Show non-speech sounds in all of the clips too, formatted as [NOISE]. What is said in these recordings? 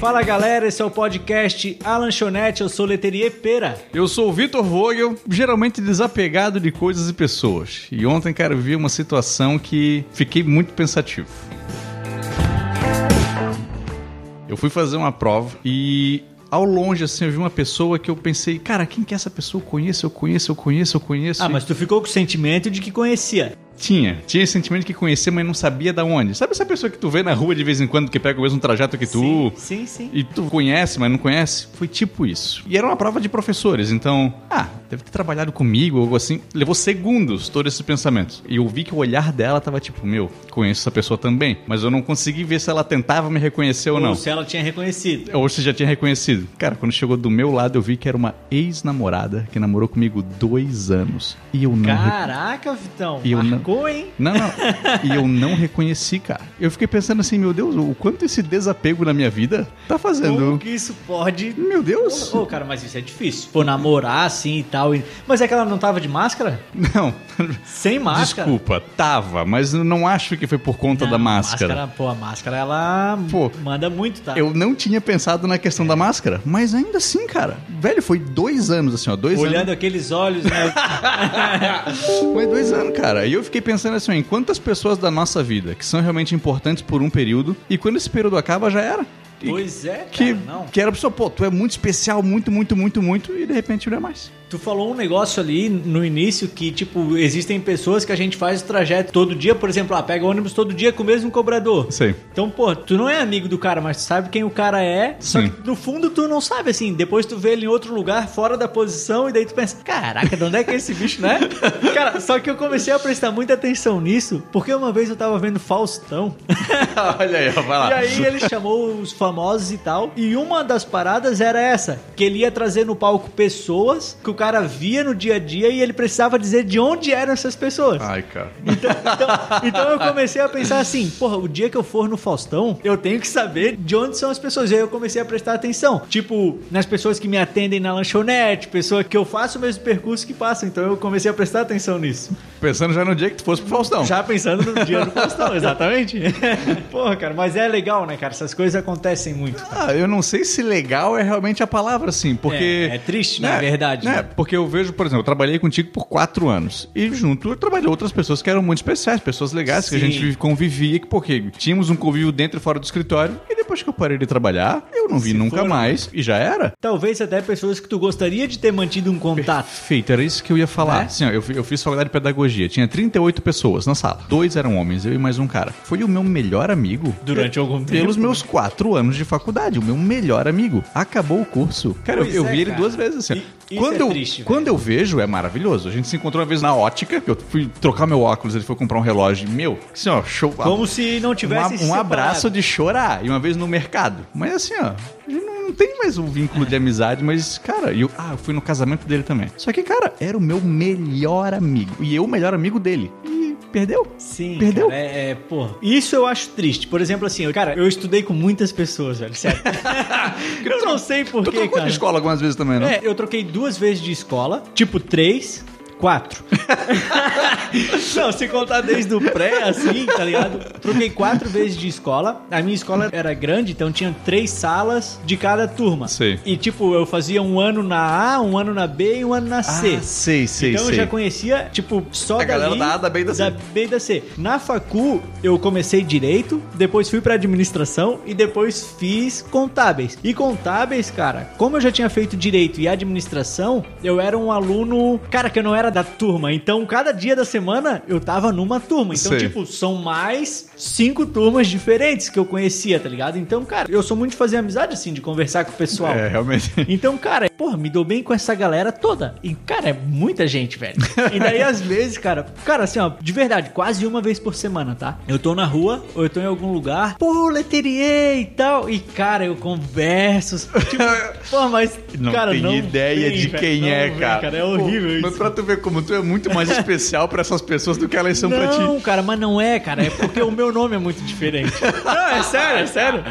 Fala galera, esse é o podcast A Lanchonete, eu sou o Leterier Pera. Eu sou o Vitor Vogel, geralmente desapegado de coisas e pessoas. E ontem, cara, eu vi uma situação que fiquei muito pensativo. Eu fui fazer uma prova e ao longe, assim, eu vi uma pessoa que eu pensei, cara, quem que é essa pessoa? Eu conheço, eu conheço, eu conheço, eu conheço. Ah, E- mas tu ficou com o sentimento de que conhecia. Tinha. Tinha esse sentimento que conhecia, mas não sabia da onde. Sabe essa pessoa que tu vê na rua de vez em quando, que pega o mesmo trajeto que tu? Sim, sim. E tu conhece, mas não conhece? Foi tipo isso. E era uma prova de professores, então, ah, deve ter trabalhado comigo, algo assim. Levou segundos todos esses pensamentos. E eu vi que o olhar dela tava tipo, meu, conheço essa pessoa também. Mas eu não consegui ver se ela tentava me reconhecer ou, Ou não. se ela tinha reconhecido. Ou se já tinha reconhecido. Cara, quando chegou do meu lado, eu vi que era uma ex-namorada que namorou comigo dois anos. E eu não reconheci. Caraca, Vitão, E eu não- marcou, hein? Não, não. E eu não reconheci, cara. Eu fiquei pensando assim, meu Deus, o quanto esse desapego na minha vida Como tá fazendo. que isso pode... Meu Deus! Ô, cara, mas isso é difícil. Pô, namorar assim e tal. e- Mas é que ela não tava de máscara? Não. Sem máscara? Desculpa, tava, mas eu não acho que foi por conta Não, da máscara. Pô, a máscara, ela Pô, manda muito, tá? Eu não tinha pensado na questão É. da máscara, mas ainda assim, cara. Velho, foi dois anos, assim, ó. Dois Olhando aqueles olhos, né? [LAUGHS] anos. Foi dois anos, cara. E eu fiquei pensando assim, ó, em quantas pessoas da nossa vida que são realmente importantes por um período, e quando esse período acaba, já era. E pois é, cara, que, não. que era a pessoa, pô, tu é muito especial, muito, muito, muito, muito, e de repente não é mais. Tu falou um negócio ali no início que, tipo, existem pessoas que a gente faz o trajeto todo dia, por exemplo, ah, pega ônibus todo dia com o mesmo cobrador. Sei. Então, pô, tu não é amigo do cara, mas tu sabe quem o cara é. Só Sim. que no fundo tu não sabe, assim. Depois tu vê ele em outro lugar, fora da posição, e daí tu pensa, caraca, de onde é que é esse bicho, né? cara, só que eu comecei a prestar muita atenção nisso, porque uma vez eu tava vendo Faustão. [LAUGHS] Olha aí, ó, vai lá. E aí ele chamou os famosos e tal. E uma das paradas era essa, que ele ia trazer no palco pessoas que o cara via no dia a dia e ele precisava dizer de onde eram essas pessoas. Ai, cara. Então, então eu comecei a pensar assim, porra, o dia que eu for no Faustão, eu tenho que saber de onde são as pessoas. E aí eu comecei a prestar atenção. Tipo, nas pessoas que me atendem na lanchonete, pessoa que eu faço o mesmo percurso que passam. Então eu comecei a prestar atenção nisso. Pensando já no dia que tu fosse pro Faustão. Já pensando no dia do Faustão, exatamente. Porra, cara, mas é legal, né, cara? Essas coisas acontecem muito. Ah, eu não sei se legal é realmente a palavra, assim, porque... É, é triste, na verdade, né? né? Porque eu vejo, por exemplo, eu trabalhei contigo por quatro anos. E junto eu trabalhei outras pessoas que eram muito especiais, pessoas legais, que a Sim. gente vive- convivia, que porque tínhamos um convívio dentro e fora do escritório. E depois que eu parei de trabalhar, eu não vi Se nunca foram. mais. E já era. Talvez até pessoas que tu gostaria de ter mantido um contato. Perfeito, era isso que eu ia falar. Né? Assim, ó, eu, fi- eu fiz faculdade de pedagogia, tinha 38 pessoas na sala. Dois eram homens, eu e mais um cara. Foi o meu melhor amigo. Durante pe- algum tempo. Pelos meus quatro anos de faculdade, o meu melhor amigo. Acabou o curso. Cara, eu, Pois eu é, vi ele cara. duas vezes assim. ó. E- isso quando é eu, triste, velho. quando eu vejo, é maravilhoso. A gente se encontrou uma vez na ótica, eu fui trocar meu óculos, ele foi comprar um relógio. Meu, assim, ó, show. Como se não Um a- tivesse um, abraço de chorar e uma vez no mercado. Mas assim, ó, a gente não, não tem mais um vínculo de amizade, mas, cara, eu, ah, eu fui no casamento dele também. Só que, cara, era o meu melhor amigo. E eu, o melhor amigo dele. E perdeu. Sim, Perdeu? cara, é, é, pô. Isso eu acho triste. Por exemplo, assim, eu- cara, eu estudei com muitas pessoas, velho, [LAUGHS] sério. eu não sei Tu porquê, trocou cara. de escola algumas vezes também, não? É, eu troquei duas vezes de escola, tipo três, [LAUGHS] quatro. Não, se contar desde o pré, assim, tá ligado? Troquei quatro vezes de escola. A minha escola era grande, então tinha três salas de cada turma. Sei. E, tipo, eu fazia um ano na A, um ano na B e um ano na Ah, C. sei, sei, Então eu sei. já conhecia, tipo, só A galera dali, da A, da B e da C. B e da C. Na facu, eu comecei direito, depois fui pra administração e depois fiz contábeis. E contábeis, cara, como eu já tinha feito direito e administração, eu era um aluno, cara, que eu não era da turma. Então, cada dia da semana, eu tava numa turma. Então, Sei. tipo, são mais cinco turmas diferentes que eu conhecia, tá ligado? Então, cara, eu sou muito de fazer amizade, assim, de conversar com o pessoal. É, realmente. Então, cara, porra, me dou bem com essa galera toda. E, cara, é muita gente, velho. E daí, [LAUGHS] às vezes, cara, cara, assim, ó, de verdade, quase uma vez por semana, tá? Eu tô na rua, ou eu tô em algum lugar, pô, leteriei e tal. E, cara, eu converso. Tipo, pô, mas. [LAUGHS] Não cara, tem não ideia vem, de velho, quem não é, vem, cara. É horrível Pô, isso. Mas pra tu ver como tu é muito mais especial pra essas pessoas do que elas são pra ti. Não, cara, mas não é, cara. É porque o meu nome é muito [LAUGHS] diferente. Não, é sério, é sério.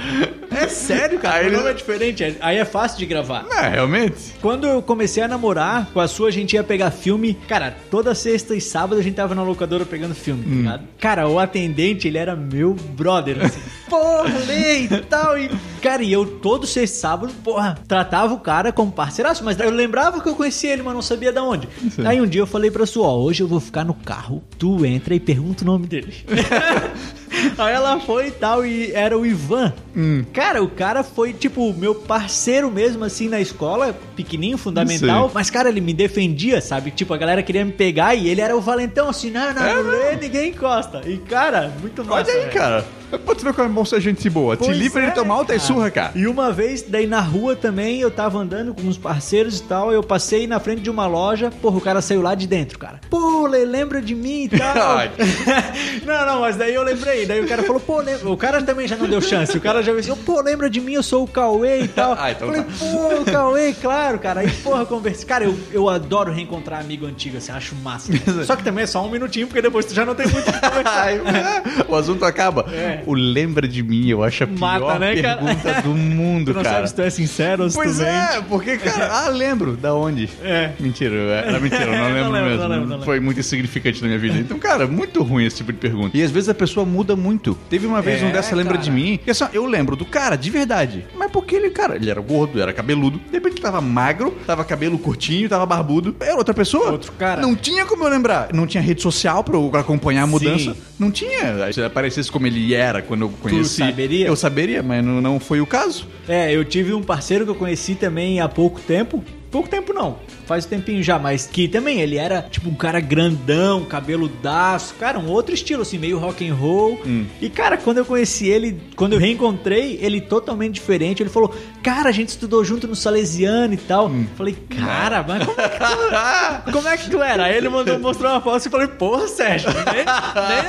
É sério, cara. Aí meu ele- nome é diferente. Aí é fácil de gravar. É, realmente. Quando eu comecei a namorar com a sua, a gente ia pegar filme. Cara, toda sexta e sábado a gente tava na locadora pegando filme, tá ligado? Cara, o atendente, ele era meu brother, assim. Porra, lei e tal. E, cara, e eu todo sexta e sábado, porra, tratava o cara como parceiraço. Mas eu lembrava que eu conhecia ele, mas não sabia de onde. Aí um dia eu falei pra sua, ó, hoje eu vou ficar no carro, tu entra e pergunta o nome dele. Aí ela foi e tal, e era o Ivan. Hum. Cara, o cara foi, tipo, meu parceiro mesmo, assim, na escola, pequenininho, fundamental. Sei. Mas, cara, ele me defendia, sabe? Tipo, a galera queria me pegar e ele era o valentão, assim, não, não, não lê, ninguém encosta. E, cara, muito massa. É Olha aí, velho. cara. Pode ver como é bom ser gente boa. Te Pois livra é, de tomar alta e cara. surra, cara. E uma vez, daí na rua também, eu tava andando com uns parceiros e tal, eu passei na frente de uma loja, porra, o cara saiu lá de dentro, cara. Pô, Lê, lembra de mim e tal. [LAUGHS] Ai. [LAUGHS] não, não, mas daí eu lembrei, daí o cara falou, pô, lembra... o cara também já não deu chance, o cara já veio assim, pô, lembra de mim, eu sou o Cauê e tal. [LAUGHS] Ah, então Falei, tá. pô, o Cauê, claro, cara. Aí, porra, conversa. Cara, eu, eu adoro reencontrar amigo antigo, assim, acho massa. [LAUGHS] Só que também é só um minutinho, porque depois tu já não tem muito o que conversar. Ai, [LAUGHS] o assunto acaba. É. O lembra de mim, eu acho a pior Mata, né, cara? pergunta do mundo, Tu não cara. sabe se tu é sincero ou se Pois tu vem. é, porque, cara, [LAUGHS] ah, lembro. Da onde? É. Mentira, eu- era mentira, eu [LAUGHS] não Não lembro lembro, mesmo. não lembro, não Foi muito insignificante na minha vida. Então, cara, muito ruim esse tipo de pergunta. E às vezes a pessoa muda muito. Teve uma vez É, um dessa lembra cara. de mim, que assim, ó, eu lembro do cara, de verdade. Mas porque ele, cara, ele era gordo, era cabeludo. De repente ele tava magro, tava cabelo curtinho, tava barbudo. Era outra pessoa. Outro cara. Não tinha como eu lembrar. Não tinha rede social pra eu acompanhar a mudança. Sim. Não tinha. Se ele aparecesse como ele era quando eu conheci. saberia? Eu saberia, mas não, não foi o caso. É, eu tive um parceiro que eu conheci também há pouco tempo. Pouco tempo não, faz um tempinho já, mas que também ele era tipo um cara grandão, cabeludaço, cara, um outro estilo assim, meio rock and roll. Hum. E cara, quando eu conheci ele, quando eu reencontrei ele totalmente diferente, ele falou: "Cara, a gente estudou junto no Salesiano e tal". Hum. Falei: "Cara, mas como é que tu, como é que tu era?". Aí ele mandou mostrar uma foto e eu falei: "Porra, Sérgio, nem, nem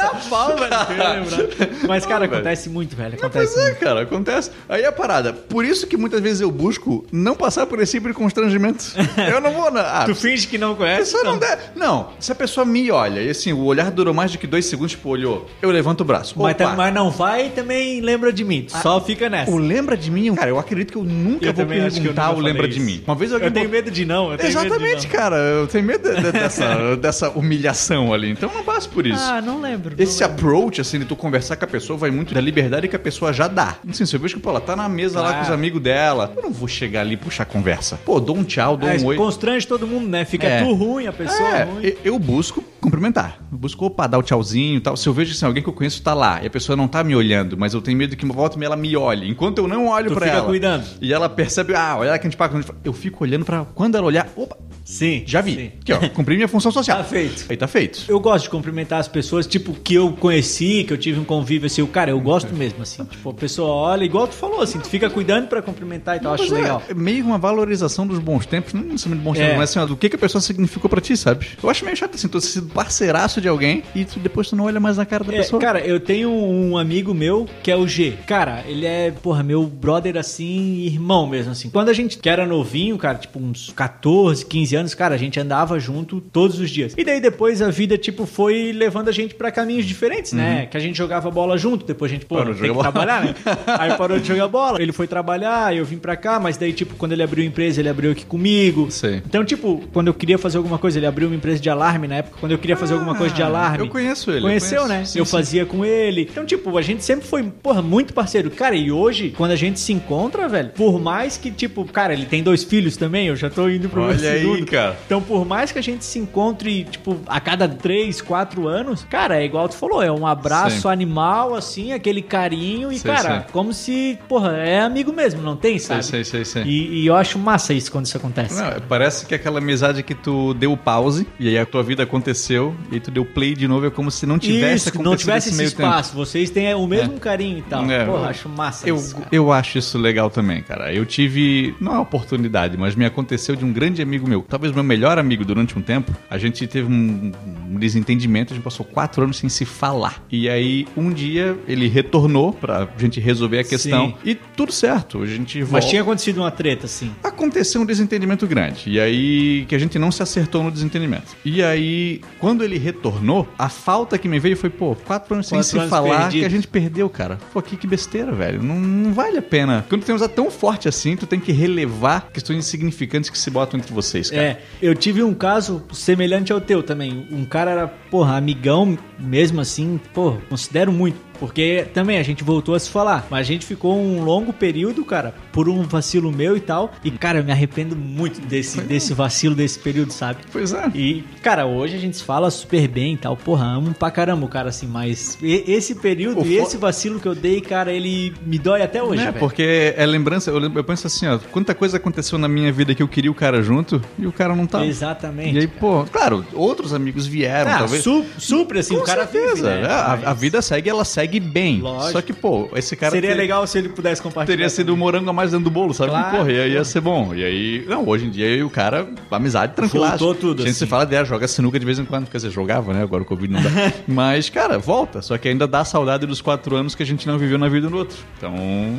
a pau, velho". que eu ia lembrar. Mas cara, Não, velho. acontece muito, velho, Pois acontece é, muito. cara, acontece. Aí é a parada. Por isso que muitas vezes eu busco não passar por esse tipo [LAUGHS] de constrangimento. eu não vou. Na... Ah, Tu finge que não conhece? Só não então. der. Não, se a pessoa me olha e assim, o olhar durou mais do que dois segundos, tipo, olhou, eu levanto o braço. Mas, tá Opa. Ah, tam- mas não vai e também lembra de mim. Tu Só fica nessa. O lembra de mim? Cara, eu acredito que eu nunca vou também acho que eu perguntar nunca o lembra falei de isso. mim. Uma vez alguém Eu tenho botou- medo de não. Eu tenho medo Exatamente, de cara. Eu tenho medo de- de- dessa, [LAUGHS] dessa humilhação ali. Então eu não passo por não. isso. Ah, não lembro. Esse não lembro. approach, assim, de tu conversar com a pessoa vai muito da liberdade que a pessoa já dá. Assim, se eu vejo que, pô, ela tá na mesa lá Claro. com os amigos dela, eu não vou chegar ali e puxar conversa. Pô, dou um tchau, dou Ah, um isso oi. constrange todo mundo, né? Fica É. tu ruim, a pessoa É, ruim. e- eu busco cumprimentar. Eu busco, opa, dar o tchauzinho e tal. Se eu vejo que assim, alguém que eu conheço tá lá e a pessoa não tá me olhando, mas eu tenho medo que uma volta e meia ela me olhe. Enquanto eu não olho Tu pra fica ela. cuidando. E ela percebe, ah, olha lá que a gente paga. Eu fico olhando pra quando ela olhar, opa, Sim. já vi. sim. Aqui, ó, cumpri minha função social. Tá feito. Aí tá feito. Eu gosto de cumprimentar as pessoas, tipo, que eu conheci, que eu tive um convívio assim. o Cara, eu gosto mesmo, assim. Tipo, a pessoa olha, igual tu falou, assim, tu fica cuidando pra cumprimentar e tal. Mas Acho é, legal. É meio uma valorização dos bons tempos. Não necessariamente bons É. tempos, mas assim, ó, do que, que a pessoa significou pra ti, sabe? Eu acho meio chato assim, tu ter sido parceiraço de alguém e tu, depois tu não olha mais na cara da É, pessoa. cara, eu tenho um amigo meu que é o G. Cara, ele é, porra, meu brother assim, irmão mesmo assim. Quando a gente que era novinho, cara, tipo uns 14, 15 anos, cara, a gente andava junto todos os dias. E daí depois a vida, tipo, foi levando a gente pra caminhos diferentes, né? Que a gente jogava bola junto, depois a gente, pô, Uhum. Parou tem de que jogar bola. trabalhar, né? [LAUGHS] Aí parou de jogar bola, ele foi trabalhar, eu vim pra cá, mas daí, tipo, quando ele abriu a empresa, ele abriu aqui comigo. Sei. Então, tipo, quando eu queria fazer alguma coisa, ele abriu uma empresa de alarme na época, quando eu queria fazer alguma coisa de Ah, alarme. eu conheço ele, eu Conheceu, conheço. né? Sim, eu sim. fazia com ele. Então, tipo, a gente sempre foi, porra, muito parceiro. Cara, e hoje, quando a gente se encontra, velho, por mais que, tipo, cara, ele tem dois filhos também, eu já tô indo pro meu Olha aí, segundo. cara. Então, por mais que a gente se encontre, tipo, a cada três, quatro anos, cara, é igual tu falou, é um abraço Sim. animal, assim, aquele carinho e, Sei, cara, sei. como se, porra, é amigo mesmo, não tem, Sei, sabe? sei, sei, sei. E, e eu acho massa isso quando isso acontece. Não, parece que é aquela amizade que tu deu pause e aí a tua vida aconteceu e aí tu deu play de novo, é como se não tivesse Isso, que acontecido não tivesse esse meio espaço, vocês têm é, o mesmo carinho e tal. É. Porra, acho massa Eu, isso, cara. eu acho isso legal também, cara. Eu tive, não é uma oportunidade, mas me aconteceu de um grande amigo meu, talvez meu melhor amigo durante um tempo. A gente teve um- um desentendimento, a gente passou quatro anos sem se falar. E aí, um dia, ele retornou pra gente resolver a questão. Sim. E tudo certo, a gente volta. Mas tinha acontecido uma treta, assim. Aconteceu um desentendimento grande. E aí, que a gente não se acertou no desentendimento. E aí, quando ele retornou, a falta que me veio foi, pô, quatro anos Quatro sem se anos falar que a perdidos. gente perdeu, cara. Pô, que, que besteira, velho. Não, não vale a pena. Quando tem um usar tão forte assim, tu tem que relevar questões insignificantes que se botam entre vocês, cara. É, eu tive um caso semelhante ao teu também. Um cara era, porra, amigão mesmo assim, porra, considero muito. Porque também a gente voltou a se falar. Mas a gente ficou um longo período, cara, por um vacilo meu e tal. E, cara, eu me arrependo muito desse, desse vacilo, desse período, sabe? Pois é. E, cara, hoje a gente se fala super bem e tal. Porra, amo pra caramba o cara, assim, mas e- esse período O e fo- esse vacilo que eu dei, cara, ele me dói até hoje. É, velho. porque é lembrança, eu, lembro- eu penso assim, ó, quanta coisa aconteceu na minha vida que eu queria o cara junto e o cara não tá. Exatamente. E aí, cara. pô, claro, outros amigos vieram, ah, É, talvez. su- supre, assim, Com o cara certeza, vive, né? né? a, a Mas- vida segue, ela segue bem. Lógico. Só que, pô, esse cara Seria ter- legal se ele pudesse compartilhar. teria sido o também. morango a mais dentro do bolo, sabe? Claro, Porra, e aí ia ser bom. E aí, não, hoje em dia eu e o cara, amizade tranquila. Voltou tudo, A gente assim. se fala dela, joga sinuca de vez em quando, quer dizer, jogava, né? Agora o [LAUGHS] Covid não dá. Mas, cara, volta. Só que ainda dá saudade dos quatro anos que a gente não viveu na vida um do outro. Então,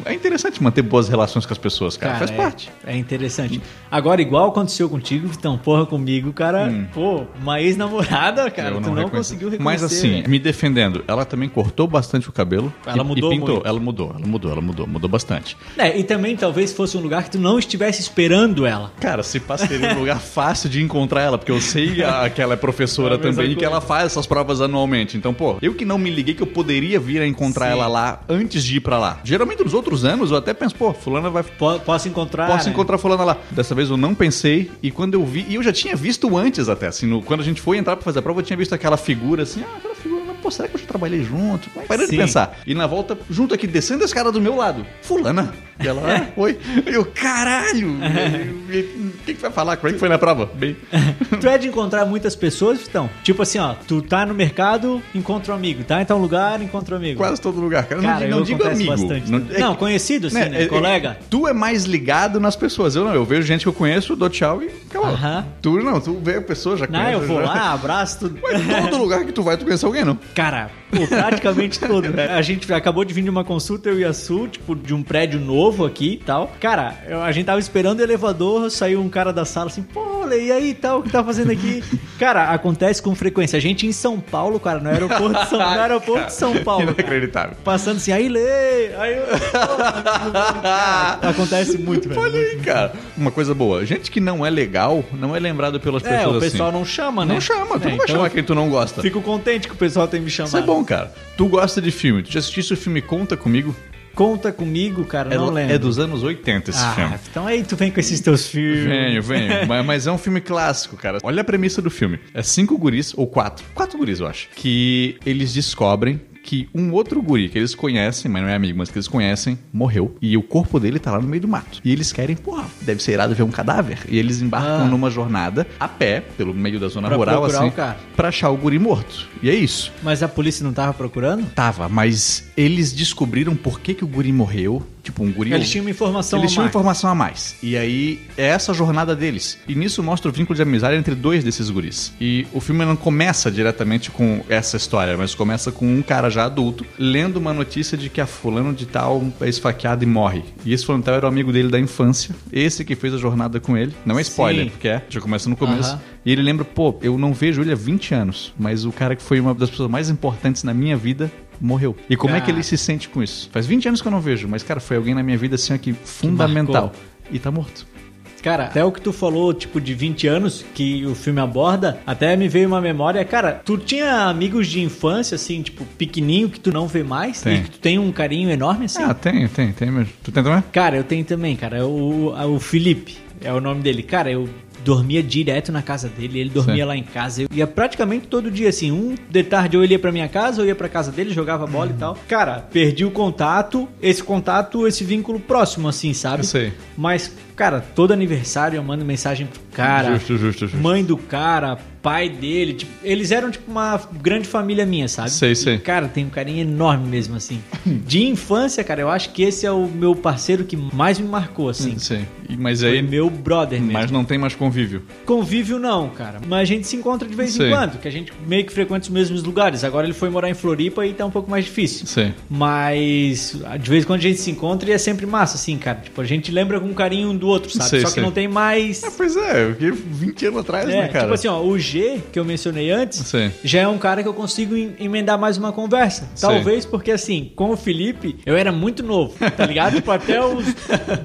é interessante manter boas relações com as pessoas, um cara. Faz é, parte. É interessante. Agora, igual aconteceu contigo, Vitão, porra comigo, cara. Pô, uma ex-namorada, cara, Hum. Eu tu não reconheço. conseguiu reconhecer. né? Mas assim, velho. me defendendo, ela também cortou bastante o cabelo. Ela e, mudou e pintou. muito. Ela mudou, ela mudou, ela mudou, mudou bastante. É, e também talvez fosse um lugar que tu não estivesse esperando ela. Cara, se passa seria um lugar fácil de encontrar ela, porque eu sei a- que ela é É professora a mesma também e que coisa. ela faz essas provas anualmente. Então, pô, eu que não me liguei que eu poderia vir a encontrar Sim. ela lá antes de ir pra lá. Geralmente nos outros anos eu até penso, pô, fulana vai Po- posso encontrar. Posso né? encontrar fulana lá. Dessa vez eu não pensei, e quando eu vi, e eu já tinha visto antes até, assim, no- quando a gente foi entrar pra fazer a prova, eu tinha visto aquela figura assim, ah, aquela figura, mas, pô, será que eu já trabalhei junto? Mas Parando de Sim. pensar. E na volta, junto aqui, descendo esse cara do meu lado, fulana. E ela, [LAUGHS] ah, oi. Eu, caralho! E- e- e- O que que vai falar? Como é que foi na prova? Bem... [LAUGHS] Tu é de encontrar muitas pessoas, Vitão? Tipo assim, ó, tu tá no mercado, encontra um amigo. Tá em tal lugar, encontra um amigo. Quase todo lugar, cara. Eu Cara, não, eu digo- não acontece digo amigo. bastante. Não, Não, conhecido, assim, né? é- é- Colega. tu é mais ligado nas pessoas. Eu não, eu vejo gente que eu conheço, dou tchau e acabou. Aham. Tu não, tu vê a pessoa, já Não, conhece. né? eu vou já- [LAUGHS] lá, abraço, tudo. Mas todo lugar que tu vai, tu conhece alguém, não? Cara, pô, praticamente [LAUGHS] todo. né? A gente acabou de vir de uma consulta, eu e a Su, tipo, de um prédio novo aqui e tal. Cara, eu- a gente tava esperando o elevador, saiu um cara da sala assim, pô, Ale, e aí tal, o que tá fazendo [LAUGHS] aqui? Cara, acontece com frequência. A gente em São Paulo, cara, no aeroporto de São, no aeroporto de São [LAUGHS] Paulo. cara. [LAUGHS] Inacreditável. Passando assim, aí Lê, aí eu- [LAUGHS] Cara, Acontece Ah, muito, velho. Olha aí, cara. Uma coisa boa. Gente que não é legal, não é lembrado pelas É, pessoas o pessoal assim. não chama, né? Não chama, tu É, não vai então chamar quem tu não gosta. eu Fico contente que o pessoal tem me chamado. Isso é bom, cara. Tu gosta de filme. Tu já assististe o filme Conta Comigo? Conta comigo, cara, é, não do- lembro. é dos anos 80 esse filme. Ah, então aí tu vem com esses teus filmes. [LAUGHS] Venho, venho. mas, mas é um filme clássico, cara. Olha a premissa do filme. É cinco guris, ou quatro. Quatro guris, eu acho. Que eles descobrem que um outro guri que eles conhecem, mas não é amigo, mas que eles conhecem, morreu. E o corpo dele tá lá no meio do mato. E eles querem, porra, deve ser irado ver um cadáver. E eles embarcam Ah. numa jornada a pé, pelo meio da zona Pra rural, procurar assim, o cara. pra achar o guri morto. E é isso. Mas a polícia não tava procurando? Tava, mas eles descobriram por que, que o guri morreu. Tipo, um guri. Eles tinham uma informação Eles a tinham mais. informação a mais. E aí é essa a jornada deles. E nisso mostra o vínculo de amizade entre dois desses guris. E o filme não começa diretamente com essa história, mas começa com um cara já adulto lendo uma notícia de que a fulano de tal é esfaqueado e morre. E esse fulano de tal era o amigo dele da infância. Esse que fez a jornada com ele. Não é spoiler, Sim. porque é, já começa no começo. Aham. E ele lembra, pô, eu não vejo ele há 20 anos, mas o cara que foi uma das pessoas mais importantes na minha vida morreu. E como é que Cara. ele se sente com isso? Faz 20 anos que eu não vejo, mas cara, foi alguém na minha vida assim ó, que fundamental. E tá morto. Cara, até o que tu falou, tipo, de 20 anos que o filme aborda, até me veio uma memória. Cara, tu tinha amigos de infância, assim, tipo, pequenininho, que tu não vê mais Tem. e que tu tem um carinho enorme, assim? Ah, tem, tem, tem mesmo. Tu tem também? Cara, eu tenho também, cara. O, o Felipe é o nome dele. Cara, eu dormia direto na casa dele, ele dormia Certo. lá em casa. Eu ia praticamente todo dia, assim, um de tarde eu ia pra minha casa, eu ia pra casa dele, jogava bola Uhum. e tal. Cara, perdi o contato, esse contato, esse vínculo próximo, assim, sabe? Eu sei. Mas, cara, todo aniversário eu mando mensagem pro cara. Justo, justo, justo. Mãe do cara, pai dele, tipo, eles eram tipo uma grande família minha, sabe? Sei, E, sei. cara, tem um carinho enorme mesmo, assim. De infância, cara, eu acho que esse é o meu parceiro que mais me marcou, assim. Sei. E- Mas Foi Hum, aí. meu brother mesmo. Mas não tem mais convívio. Convívio não, cara. Mas a gente se encontra de vez Sei. em quando, que a gente meio que frequenta os mesmos lugares. Agora ele foi morar em Floripa e tá um pouco mais difícil. Sei. Mas de vez em quando a gente se encontra e é sempre massa, assim, cara. Tipo, a gente lembra com carinho um do outro, sabe? Sei, Só que sei. não tem mais. Ah, pois é, eu fiquei 20 anos atrás, É, né, cara? tipo assim, ó, o G, que eu mencionei antes, Sei. já é um cara que eu consigo em- emendar mais uma conversa. Sei. Talvez porque, assim, com o Felipe, eu era muito novo, tá ligado? tipo, até os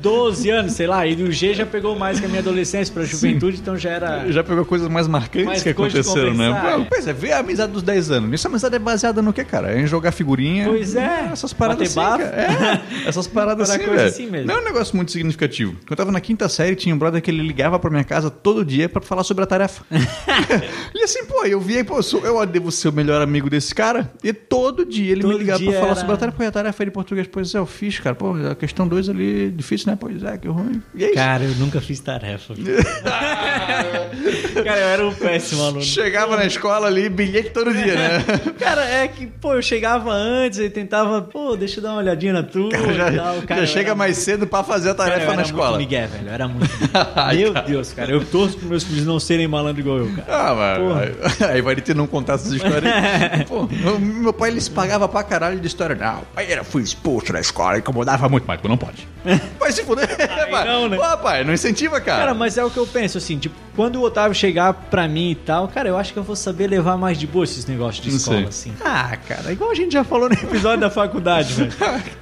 12 anos, sei lá. E o G já pegou mais que a minha adolescência pra juventude, então já era. Já pegou coisas mais marcantes Mais que coisas de aconteceram, né? compensar, Pô, é. Pois é, vê a amizade dos 10 anos. Essa amizade é baseada no quê, cara? É em jogar figurinha. Pois é, Essas paradas assim, bater bafo. cara. [LAUGHS] É, essas paradas Era assim, coisa velho. assim mesmo. Não é um negócio muito significativo. Quando eu tava na quinta série, tinha um brother que ele ligava pra minha casa todo dia pra falar sobre a [LAUGHS] tarefa. [LAUGHS] e assim, pô, eu via, pô, eu, sou, eu devo ser o melhor amigo desse cara. E todo dia ele me Todo ligava pra dia falar era- sobre a tarefa. Pô, e a tarefa de português? Pois é, eu fiz, cara. Pô, a questão 2 ali, difícil, né? Pois é, que ruim. E é isso. Cara, eu nunca fiz tarefa. [LAUGHS] cara, eu era um péssimo aluno. Chegava na escola ali, bilhete todo dia, [LAUGHS] né? Cara, é que, pô, eu chegava antes e tentava, pô, deixa eu dar uma olhadinha na tua Cara, já, e tal. Cara, já eu chega era mais cedo pra fazer a Cara, eu tarefa era na muito escola. Miguel, velho. Eu era muito. [LAUGHS] Meu Deus, cara. Eu torço pros meus filhos não serem malandro igual eu, cara. Ah, mano. Porra. Aí, [LAUGHS] aí vai ter não contar essas histórias. [LAUGHS] Pô, meu- meu pai ele se pagava pra caralho de história. Não, o pai era, fui expulso da escola, incomodava muito, mas tu não [LAUGHS] pode. [LAUGHS] Vai se fuder, pai. não, né? Pô, pai, não incentiva, cara. Cara, mas é o que eu penso, assim, tipo, quando o Otávio chegar pra mim e tal, cara, eu acho que eu vou saber levar mais de boa esses negócios de Não escola, sei. assim. [LAUGHS] Ah, cara, igual a gente já falou né? no episódio da faculdade, velho.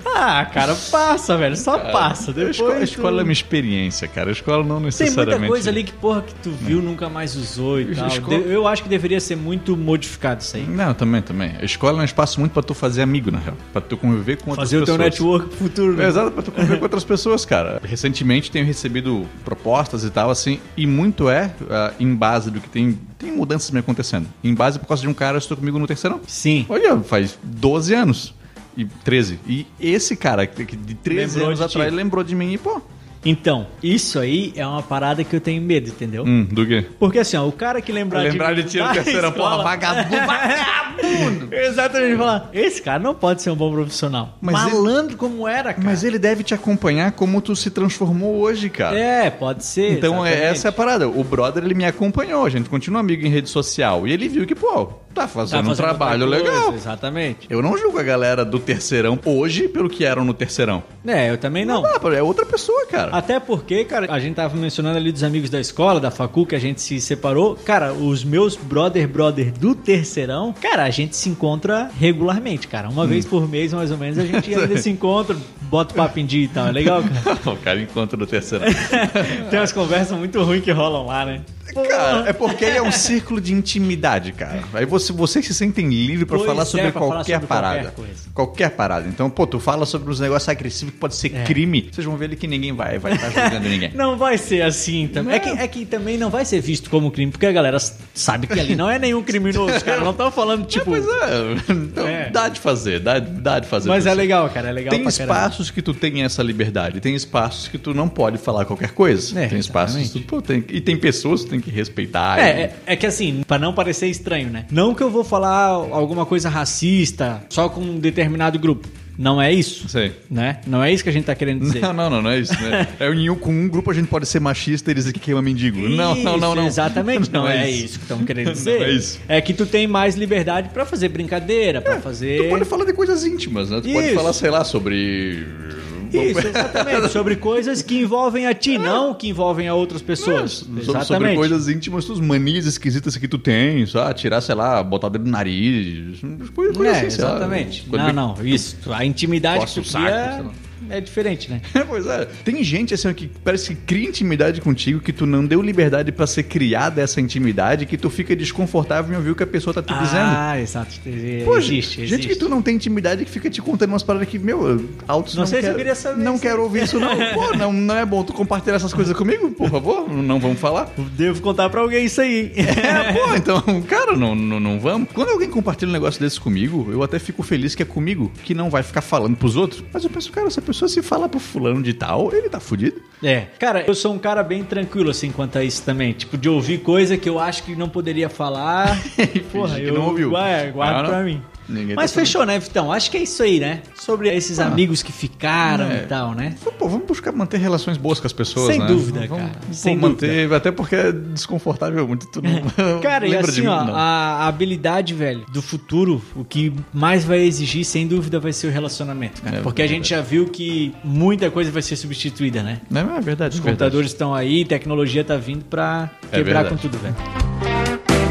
Ah, cara, passa, velho, só passa. a Depois escola, a tu- escola é uma experiência, cara. A escola não Tem necessariamente. né? É. muita coisa ali que, porra, que tu viu, nunca mais usou e tal. Escola- De- Eu acho que deveria ser muito modificado isso aí. Não, também, também. A escola é um espaço muito pra tu fazer amigo, na real. Pra tu conviver com outras Fazer o pessoas. teu network pro futuro, né? Exato, pra tu conviver com outras pessoas, cara. Recentemente tenho recebido propostas e tal, assim, e muito é ah, em base do que tem. Tem mudanças me acontecendo. Em base por causa de um cara que estou comigo no terceirão. Sim. Olha, faz 12 anos. E 13. E esse cara, que que de 13 Lembrou anos de ti. atrás, lembrou de mim e, pô. Então, isso aí é uma parada que eu tenho medo, entendeu? Hum, do quê? Porque assim, ó, o cara que lembrar, Lembrar de ti no da terceirão, escola- porra, vagabundo, [LAUGHS] vagabundo! Exatamente, falar, esse cara não pode ser um bom profissional. Mas Malandro como era, cara. Mas ele deve te acompanhar como tu se transformou hoje, cara. É, pode ser. Então é- exatamente. Tá essa é a parada. O brother ele me acompanhou, a gente continua amigo em rede social. E ele viu que, pô, tá fazendo, Tá fazendo um trabalho outra coisa, legal. Exatamente. Eu não julgo a galera do terceirão hoje pelo que eram no terceirão. É, eu também não. Ah. Ah, é outra pessoa, cara. Até porque, cara, a gente tava mencionando ali dos amigos da escola, da facu, que a gente se separou. Cara, os meus brother, brother do terceirão, cara, a gente se encontra regularmente, cara. Hum. Uma vez por mês, mais ou menos, a gente ainda [LAUGHS] se encontra, bota o papo em dia e tal. É legal, cara. [LAUGHS] o cara encontra no terceirão. [LAUGHS] Tem umas conversas muito ruins que rolam lá, né? cara, é porque aí é um círculo de intimidade, cara. Aí você, vocês se sentem livre pra Pois falar é, sobre pra falar qualquer sobre qualquer parada. Qualquer, coisa. parada. Então, pô, tu fala sobre uns negócios agressivos que pode ser crime. Vocês vão ver ali que ninguém vai, vai estar julgando ninguém. É. [LAUGHS] Não vai ser assim também. É que, é que também não vai ser visto como crime, porque a galera s- sabe que ali não é nenhum criminoso, cara. Não tão falando, tipo. Pois é, [LAUGHS] então, É. dá de fazer, dá, dá de fazer. Mas é pessoal. legal, cara. É legal Tem pra caramba. espaços que tu tem essa liberdade, tem espaços que tu não pode falar qualquer coisa. É, tem espaços que tu, pô, tem, e tem pessoas que tu tem que respeitar. É, é, é que assim, pra não parecer estranho, né? Não que eu vou falar alguma coisa racista só com um determinado grupo. Não é isso. Sei. Né? Não é isso que a gente tá querendo dizer. Não, não, não, não é isso, né? [LAUGHS] É em um, com um grupo a gente pode ser machista e dizer que queima mendigo. não, não, não, não. Exatamente, não, é, isso. que estão querendo dizer. Não é isso. É, É que tu tem mais liberdade pra fazer brincadeira, pra fazer. Tu pode falar de coisas íntimas, né? Tu pode Isso. falar, sei lá, sobre. Isso, [LAUGHS] exatamente. Sobre coisas que envolvem a ti, não que envolvem a outras pessoas. Sobre- exatamente. Sobre coisas íntimas, suas manias esquisitas que tu tem, sabe? Tirar, sei lá, botar o dedo no nariz. Coisa, coisa É, assim, sei lá. exatamente. Coisa bem- não, não, isso. A intimidade Coça que o tu saco, cria sei lá. é diferente, né? [LAUGHS] pois é. Tem gente assim que parece que cria intimidade contigo, que tu não deu liberdade pra ser criada essa intimidade, que tu fica desconfortável em ouvir o que a pessoa tá te dizendo. Ah, exato. Pô, existe, existe. gente que tu não tem intimidade que fica te contando umas paradas que, meu, eu- altos Não não, sei se quero, eu queria saber não isso. quero ouvir [LAUGHS] isso não. Pô, não, não é bom tu compartilhar essas coisas comigo, por favor, não vamos falar. Devo contar pra alguém isso aí. É, pô, então, cara, não, não, não vamos. Quando alguém compartilha um negócio desse comigo, eu até fico feliz que é comigo, que não vai ficar falando pros outros. Mas eu penso, cara, essa pessoa se fala pro fulano de tal, ele tá fudido. [LAUGHS] É. Cara, eu sou um cara bem tranquilo, assim, quanto a isso também. Tipo, de ouvir coisa que eu acho que não poderia [LAUGHS] falar. Porra, que eu não ouviu. É, guardo Ah, não. pra mim. Ninguém Mas tá fechou, né, Vitão? Acho que é isso aí, né? Sobre esses Ah. amigos que ficaram É. e tal, né? Pô, vamos buscar manter relações boas com as pessoas, Sem né? dúvida, Vamos- cara. pô, Sem manter, até porque é desconfortável muito. Tu não [LAUGHS] Cara, e lembra de assim, mim, ó, não. a habilidade, velho, do futuro, o que mais vai exigir, sem dúvida, vai ser o relacionamento, cara. É Porque a gente já viu que muita coisa vai ser substituída, né? Não, Os é verdade. é verdade. computadores estão aí, tecnologia tá vindo pra É quebrar verdade. com tudo, velho.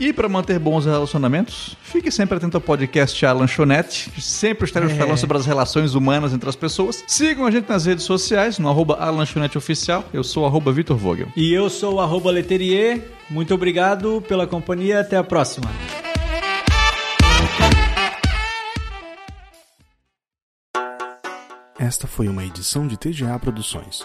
E para manter bons relacionamentos, fique sempre atento ao podcast A Lanchonete, que sempre É. estaremos falando sobre as relações humanas entre as pessoas. Sigam a gente nas redes sociais, no arroba A Lanchonete Oficial. Eu sou o arroba Vitor Vogel. E eu sou o arroba Leterier. Muito obrigado pela companhia. Até a próxima. Esta foi uma edição de TGA Produções.